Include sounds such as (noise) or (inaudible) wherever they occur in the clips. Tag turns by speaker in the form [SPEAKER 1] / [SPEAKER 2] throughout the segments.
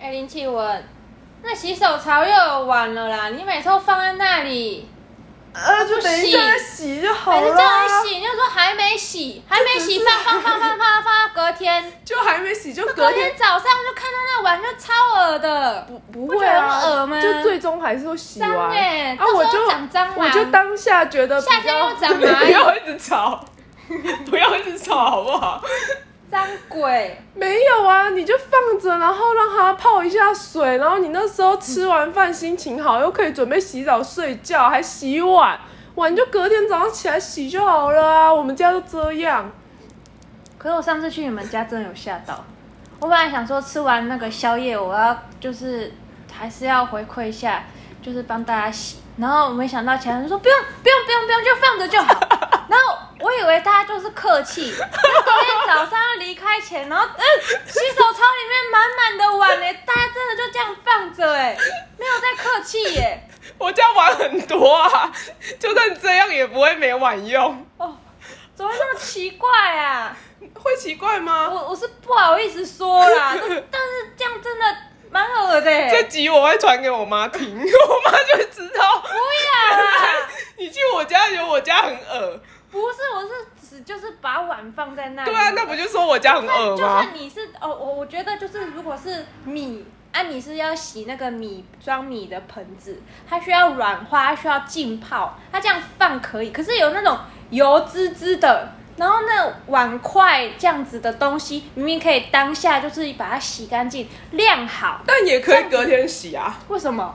[SPEAKER 1] 哎、林启文，那洗手槽又晚了啦，你每次都放在那里，
[SPEAKER 2] 呃，就等一下再
[SPEAKER 1] 啊洗
[SPEAKER 2] 洗就好
[SPEAKER 1] 每次
[SPEAKER 2] 了
[SPEAKER 1] 叫你
[SPEAKER 2] 啊。
[SPEAKER 1] 洗，你就说还没洗，还没洗，放放放放放放到隔天，
[SPEAKER 2] 就还没洗，就
[SPEAKER 1] 隔
[SPEAKER 2] (laughs) 隔天
[SPEAKER 1] 天早上就看到那碗就超恶
[SPEAKER 2] (laughs)
[SPEAKER 1] 的，
[SPEAKER 2] 不不
[SPEAKER 1] 不
[SPEAKER 2] 会
[SPEAKER 1] 觉得
[SPEAKER 2] 啊，
[SPEAKER 1] 很恶吗
[SPEAKER 2] 就最终还是会洗
[SPEAKER 1] 脏
[SPEAKER 2] 完。
[SPEAKER 1] 欸
[SPEAKER 2] 啊
[SPEAKER 1] 到时，候
[SPEAKER 2] 我就
[SPEAKER 1] 长蟑螂
[SPEAKER 2] 我就当下觉得比
[SPEAKER 1] 夏天
[SPEAKER 2] 较
[SPEAKER 1] 又长
[SPEAKER 2] (laughs)
[SPEAKER 1] 蚂蚁
[SPEAKER 2] 不要一直吵，不要一直吵好不好？ (laughs)
[SPEAKER 1] 脏鬼。
[SPEAKER 2] 没有啊，你就放着，然后让它泡一下水，然后你那时候吃完饭心情好，又可以准备洗澡睡觉，还洗碗，碗就隔天早上起来洗就好了啊。我们家都这样，
[SPEAKER 1] 可是我上次去你们家真的有吓到，我本来想说吃完那个宵夜，我要就是还是要回馈一下，就是帮大家洗。然后没想到其他人说不用不用不用不用，就放着就好。然后我以为大家就是客气，然后昨天早上要离开前，然后嗯，洗手槽里面满满的碗哎、大家真的就这样放着哎、没有在客气欸耶、
[SPEAKER 2] 我家碗很多啊， (laughs) 就算这样也不会没碗用，
[SPEAKER 1] 哦，怎么会那么奇怪啊？
[SPEAKER 2] 会奇怪吗？
[SPEAKER 1] 我我是不好意思说
[SPEAKER 2] (laughs)
[SPEAKER 1] 啦，但但是这样真的蛮恶的、欸。
[SPEAKER 2] 这集我会传给我妈听，我妈就会知
[SPEAKER 1] (laughs)
[SPEAKER 2] 道。
[SPEAKER 1] 不要啦，
[SPEAKER 2] 你去我家，觉得我家很恶。
[SPEAKER 1] 不是，我是指就是把碗放在那里。
[SPEAKER 2] 对啊，那不就说我家很
[SPEAKER 1] 哎就
[SPEAKER 2] 恶吗
[SPEAKER 1] 算？你是哦，我我觉得就是如果是米啊，你是要洗那个米装米的盆子，它需要软化，它需要浸泡，它这样放可以。可是有那种油滋滋的，然后那碗筷这样子的东西，明明可以当下就是把它洗干净晾好，
[SPEAKER 2] 但也可以隔天洗啊。
[SPEAKER 1] 为什么？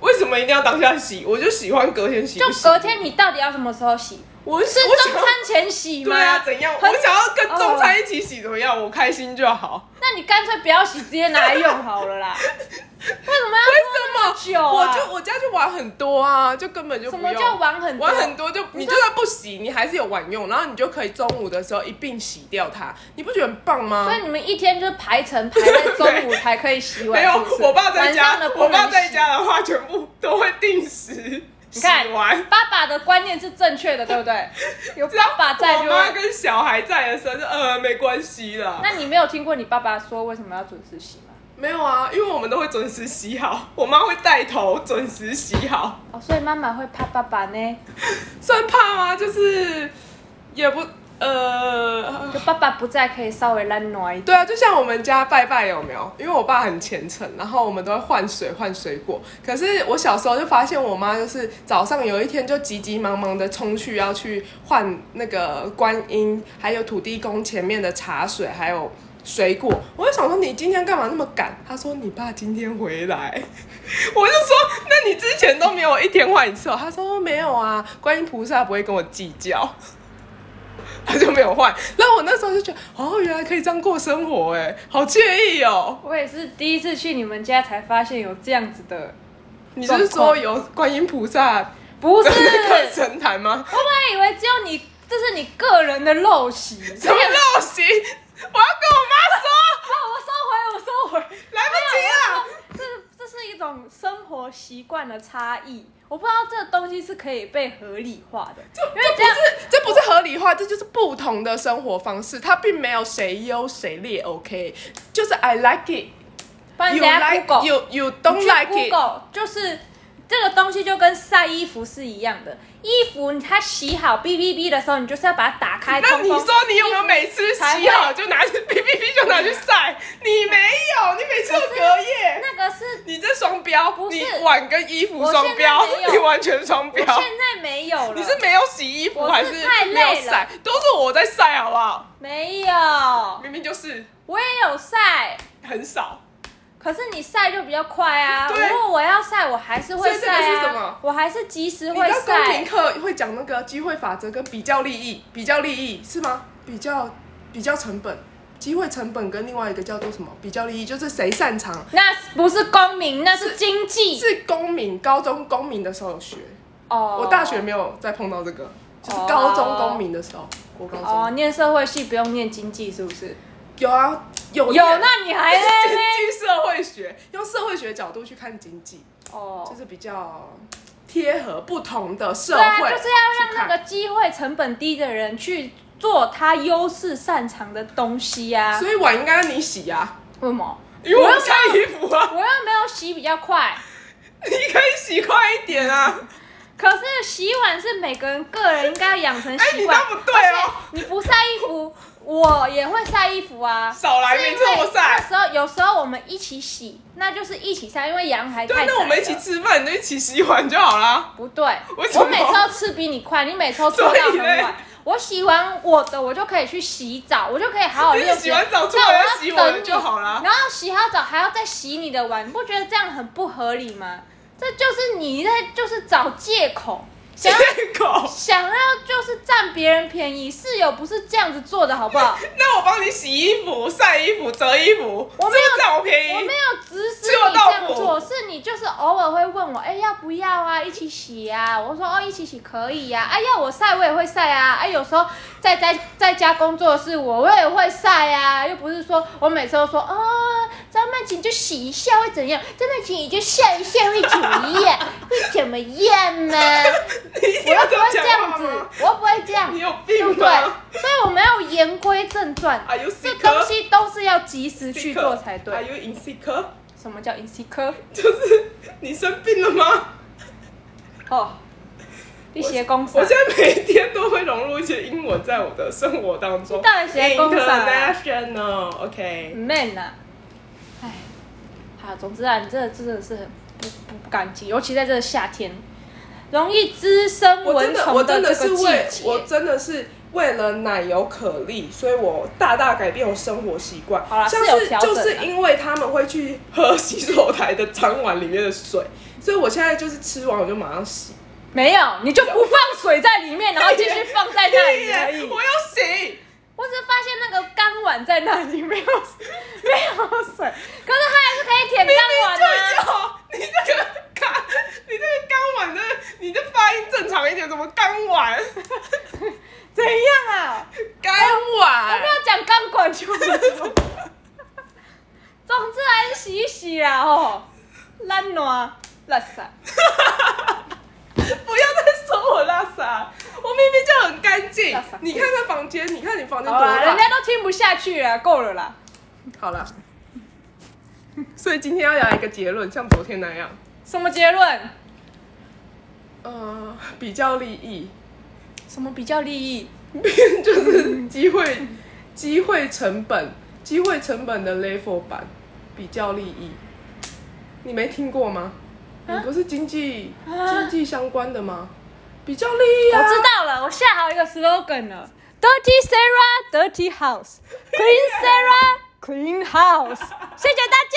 [SPEAKER 2] 为什么一定要当下洗？我就喜欢隔天洗。
[SPEAKER 1] 就
[SPEAKER 2] 不洗
[SPEAKER 1] 隔，天你到底要什么时候洗？
[SPEAKER 2] 我
[SPEAKER 1] 是
[SPEAKER 2] 是我
[SPEAKER 1] 中
[SPEAKER 2] (laughs)
[SPEAKER 1] 餐
[SPEAKER 2] 想
[SPEAKER 1] 前洗吗？
[SPEAKER 2] 对啊，怎样？
[SPEAKER 1] 很
[SPEAKER 2] 我想要跟中餐一起洗，怎么样？我开心就好。
[SPEAKER 1] 那你干脆不要洗，直接拿来用好了
[SPEAKER 2] (laughs)
[SPEAKER 1] 啦。为什么要拖那么久
[SPEAKER 2] 我
[SPEAKER 1] 啊？
[SPEAKER 2] 就我家就碗很多啊，就根本就不
[SPEAKER 1] 什
[SPEAKER 2] 用
[SPEAKER 1] 么叫碗很多
[SPEAKER 2] 碗很多就你就算不洗，你还是有碗用，然后你就可以中午的时候一并洗掉它，你不觉得很棒吗？
[SPEAKER 1] 所以你们一天就是排程排在中午才可以洗碗，
[SPEAKER 2] 没有
[SPEAKER 1] 是不，是
[SPEAKER 2] 我爸在
[SPEAKER 1] 晚上
[SPEAKER 2] 家
[SPEAKER 1] 的，不
[SPEAKER 2] 我
[SPEAKER 1] 能洗
[SPEAKER 2] 爸在。家的话，全部都会定时
[SPEAKER 1] 你
[SPEAKER 2] 洗
[SPEAKER 1] 看
[SPEAKER 2] 完。，
[SPEAKER 1] 爸爸的观念是正确的，对不对？有
[SPEAKER 2] 只要
[SPEAKER 1] 爸爸在
[SPEAKER 2] 我
[SPEAKER 1] 就
[SPEAKER 2] 妈
[SPEAKER 1] 会。
[SPEAKER 2] 跟小孩在的时候就，呃，没关系啦。
[SPEAKER 1] 那你没有听过你爸爸说为什么要准时洗吗？
[SPEAKER 2] 没有啊，因为我们都会准时洗好，我妈会带头准时洗好。
[SPEAKER 1] 哦，所以妈妈会怕爸爸呢，
[SPEAKER 2] 算怕吗？就是也不呃，
[SPEAKER 1] 就爸爸不在可以稍微懒挪一点。
[SPEAKER 2] 对啊，就像我们家拜拜有没有？因为我爸很虔诚，然后我们都会换水换水果。可是我小时候就发现，我妈就是早上有一天就急急忙忙的冲去要去换那个观音，还有土地公前面的茶水，还有。水果，我就想说你今天干嘛那么赶？她说你爸今天回来， (laughs) 我就说那你之前都没有一天换一次哦。她说没有啊，观音菩萨不会跟我计较。 (laughs) 他就没有换。然后我那时候就觉得，哦，原来可以这样过生活，哎，好惬意哦。
[SPEAKER 1] 我也是第一次去你们家才发现有这样子的，
[SPEAKER 2] 你是
[SPEAKER 1] 状
[SPEAKER 2] 说
[SPEAKER 1] 况
[SPEAKER 2] 有观音菩萨的
[SPEAKER 1] 不
[SPEAKER 2] (laughs)
[SPEAKER 1] 是？
[SPEAKER 2] 那个神坛吗？
[SPEAKER 1] 我本来以为只有你，这是你个人的陋习。
[SPEAKER 2] 什么陋习？我要跟我妈说，
[SPEAKER 1] 啊！我收回，我收回。
[SPEAKER 2] 来不及了。
[SPEAKER 1] 这这是一种生活习惯的差异，我不知道这个东西是可以被合理化的，
[SPEAKER 2] 这
[SPEAKER 1] 因为这
[SPEAKER 2] 这
[SPEAKER 1] 样
[SPEAKER 2] 不是 (laughs) 这不是合理化，这就是不同的生活方式，它并没有谁优谁劣。OK，就是 I like it，you
[SPEAKER 1] 不然人家
[SPEAKER 2] like
[SPEAKER 1] Google，
[SPEAKER 2] you you don't
[SPEAKER 1] 你去
[SPEAKER 2] like it。
[SPEAKER 1] Google 就是这个东西就跟晒衣服是一样的，衣服它洗好哔哔哔的时候，你就是要把它打开
[SPEAKER 2] 那
[SPEAKER 1] 通
[SPEAKER 2] 你
[SPEAKER 1] 风。
[SPEAKER 2] 说你有没有每次洗好就 (laughs) 拿去 B B B 就拿去晒？你没有，你每次都隔夜。
[SPEAKER 1] 那个是
[SPEAKER 2] 你这双标，
[SPEAKER 1] 不是
[SPEAKER 2] 你碗跟衣服
[SPEAKER 1] 我
[SPEAKER 2] 双标
[SPEAKER 1] 现在没，有
[SPEAKER 2] 你完全双
[SPEAKER 1] 我现
[SPEAKER 2] 标。
[SPEAKER 1] 在没有了，
[SPEAKER 2] 你是没有洗衣服
[SPEAKER 1] 我是
[SPEAKER 2] 还
[SPEAKER 1] 太
[SPEAKER 2] 没有
[SPEAKER 1] 累了
[SPEAKER 2] 晒？都是我在晒，好不好？
[SPEAKER 1] 没有，
[SPEAKER 2] 明明就是
[SPEAKER 1] 我也有晒。
[SPEAKER 2] 很少。
[SPEAKER 1] 可是你晒就比较快啊！
[SPEAKER 2] 对
[SPEAKER 1] 如果我要晒，我还是
[SPEAKER 2] 所
[SPEAKER 1] 会
[SPEAKER 2] 以这
[SPEAKER 1] 晒
[SPEAKER 2] 个
[SPEAKER 1] 啊。
[SPEAKER 2] 是什么
[SPEAKER 1] 我还是及时
[SPEAKER 2] 你
[SPEAKER 1] 会
[SPEAKER 2] 在公
[SPEAKER 1] 晒。
[SPEAKER 2] 民课会讲那个机会法则跟比较利益，比较利益是吗？比较比较成本，机会成本跟另外一个叫做什么？比较利益就是谁擅长
[SPEAKER 1] 那不是公民，那是经济。
[SPEAKER 2] 是公民，高中公民的时候有学，
[SPEAKER 1] 哦，
[SPEAKER 2] 我大学没有再碰到这个，就是高中公民的时候，国高
[SPEAKER 1] 哦，
[SPEAKER 2] 中
[SPEAKER 1] 念社会系不用念经济，是不是？
[SPEAKER 2] 有啊，有
[SPEAKER 1] 有，
[SPEAKER 2] 念
[SPEAKER 1] 那你还
[SPEAKER 2] 经
[SPEAKER 1] 嘞？
[SPEAKER 2] (laughs) 济社会学，用社会学角度去看经济，
[SPEAKER 1] 哦
[SPEAKER 2] 就，是比较贴合不同的社
[SPEAKER 1] 对啊，
[SPEAKER 2] 会，
[SPEAKER 1] 就是要让那
[SPEAKER 2] 去
[SPEAKER 1] 个机会成本低的人去做他优势擅长的东西呀、
[SPEAKER 2] 看
[SPEAKER 1] 啊。 (laughs)
[SPEAKER 2] 所以碗应该要你洗啊，
[SPEAKER 1] 为什么？
[SPEAKER 2] 因为我不穿衣服啊， (laughs)
[SPEAKER 1] 我又没有洗比较快，
[SPEAKER 2] 你可以洗快一点啊。
[SPEAKER 1] 可是洗碗是每个人个人应该养成
[SPEAKER 2] 哎，
[SPEAKER 1] 习
[SPEAKER 2] 你
[SPEAKER 1] 惯。
[SPEAKER 2] 那不对哦，
[SPEAKER 1] 你不晒衣服，我也会晒衣服啊。
[SPEAKER 2] 少来，每次我
[SPEAKER 1] 那
[SPEAKER 2] 晒。
[SPEAKER 1] 时候有时候我们一起洗，那就是一起晒，因为阳台太
[SPEAKER 2] 对
[SPEAKER 1] 晒，了
[SPEAKER 2] 那我们一起吃饭，你就一起洗碗就好啦。
[SPEAKER 1] 不对，
[SPEAKER 2] 为什么
[SPEAKER 1] 我每次都吃比你快，你每次都吃到
[SPEAKER 2] 所以
[SPEAKER 1] 很
[SPEAKER 2] 嘞
[SPEAKER 1] 晚。我洗完我的，我就可以去洗澡，我就可以好好
[SPEAKER 2] (laughs) 你
[SPEAKER 1] 练
[SPEAKER 2] 是
[SPEAKER 1] 习。
[SPEAKER 2] 洗完澡出
[SPEAKER 1] 那
[SPEAKER 2] 来
[SPEAKER 1] 我
[SPEAKER 2] 再洗我
[SPEAKER 1] 等
[SPEAKER 2] 的
[SPEAKER 1] 你
[SPEAKER 2] 就好啦。
[SPEAKER 1] 然后洗好澡还要再洗你的碗，你不觉得这样很不合理吗？这就是你在就是找借口，
[SPEAKER 2] 借
[SPEAKER 1] 想要
[SPEAKER 2] 口。
[SPEAKER 1] 想要就是占别人便宜，室友不是这样子做的好不
[SPEAKER 2] (laughs)
[SPEAKER 1] 好？
[SPEAKER 2] 那我帮你洗衣服、晒衣服、折衣服，
[SPEAKER 1] 我
[SPEAKER 2] 是不
[SPEAKER 1] 没有
[SPEAKER 2] 是占我
[SPEAKER 1] 我
[SPEAKER 2] 便宜
[SPEAKER 1] 没？有指使
[SPEAKER 2] 只有
[SPEAKER 1] 你这
[SPEAKER 2] 到
[SPEAKER 1] 样
[SPEAKER 2] 我
[SPEAKER 1] 做，是你就是偶尔会问我，哎、要不要啊？一起洗啊？我说哦，一起洗可以呀、啊。哎、要我晒我也会晒啊。哎、有时候在在在家工作的是我，我也会晒啊。又不是说我每次都说，哦，张曼琴就洗一下会怎样？张曼琴你就晒一下会怎么样？会怎么样呢？
[SPEAKER 2] (laughs)
[SPEAKER 1] 我又不会这样
[SPEAKER 2] 你一定要样讲话
[SPEAKER 1] 子
[SPEAKER 2] 吗？，
[SPEAKER 1] 我又不会这样
[SPEAKER 2] 你，有
[SPEAKER 1] 对不
[SPEAKER 2] 病
[SPEAKER 1] 对？啊
[SPEAKER 2] 吧？
[SPEAKER 1] 所以我没有言归正传。
[SPEAKER 2] Are you
[SPEAKER 1] 这
[SPEAKER 2] sick？
[SPEAKER 1] 东西都是要及时去
[SPEAKER 2] Sick？
[SPEAKER 1] 做才对
[SPEAKER 2] Are。you in sick？
[SPEAKER 1] 什么叫 i n s e c u r
[SPEAKER 2] (laughs) 就是你生病了吗？
[SPEAKER 1] 哦，一些公司啊
[SPEAKER 2] 我现在每天都会融入一些英文在我的生活当中。哎
[SPEAKER 1] 到底谁公司啊
[SPEAKER 2] International，OK，、
[SPEAKER 1] man 啊，哎，好，总之啊，你这个真的是很不不不感激，尤其在这个夏天，容易滋生
[SPEAKER 2] 我真
[SPEAKER 1] 蚊
[SPEAKER 2] 的，我
[SPEAKER 1] 虫
[SPEAKER 2] 真的
[SPEAKER 1] 这
[SPEAKER 2] 是
[SPEAKER 1] 个
[SPEAKER 2] 为
[SPEAKER 1] 季，节。
[SPEAKER 2] 我真的是为了奶油可丽，所以我大大改变我生活习惯。
[SPEAKER 1] 好啦
[SPEAKER 2] 像
[SPEAKER 1] 是有
[SPEAKER 2] 是
[SPEAKER 1] 调整啊
[SPEAKER 2] 就
[SPEAKER 1] 啦
[SPEAKER 2] 是因为他们会去喝洗手台的脏碗里面的水，所以我现在就是吃完我就马上洗。
[SPEAKER 1] 没有，你就不放水在里面，然后继续放在那里
[SPEAKER 2] (laughs)
[SPEAKER 1] 而 (laughs)
[SPEAKER 2] 屁
[SPEAKER 1] 已。
[SPEAKER 2] 耶
[SPEAKER 1] 我
[SPEAKER 2] 哎我要洗。
[SPEAKER 1] 只发现那个钢碗在那里没有没有水，可是它还是可以舔钢碗啊。
[SPEAKER 2] 就有你这个钢，你这个钢碗的，你的发音正常一点，怎么钢碗？
[SPEAKER 1] (laughs) 怎样啊？
[SPEAKER 2] 钢
[SPEAKER 1] 我
[SPEAKER 2] 碗
[SPEAKER 1] 没有讲钢管球的时候。 (laughs) 总之还是洗一洗啦哦，烂暖烂散。
[SPEAKER 2] 不要再说我拉撒，我明明就很干净
[SPEAKER 1] 拉撒。
[SPEAKER 2] 你看看房间，你看你房间
[SPEAKER 1] 好
[SPEAKER 2] 多
[SPEAKER 1] 啦，人
[SPEAKER 2] 大。
[SPEAKER 1] 家都听不下去了，够了啦。
[SPEAKER 2] 好了，所以今天要聊一个结论，像昨天那样，
[SPEAKER 1] 什么结论？
[SPEAKER 2] 呃，比较利益，
[SPEAKER 1] 什么比较利益？
[SPEAKER 2] (laughs) 就是机会、机会成本、机会成本的 level 版比较利益，你没听过吗？你不是经济、
[SPEAKER 1] 啊哦
[SPEAKER 2] 经济相关的吗？比较利益
[SPEAKER 1] 我
[SPEAKER 2] 啊，
[SPEAKER 1] 知道了，我下好一个 slogan 了，Dirty Sarah Dirty House，Clean Sarah Clean House。谢谢大家。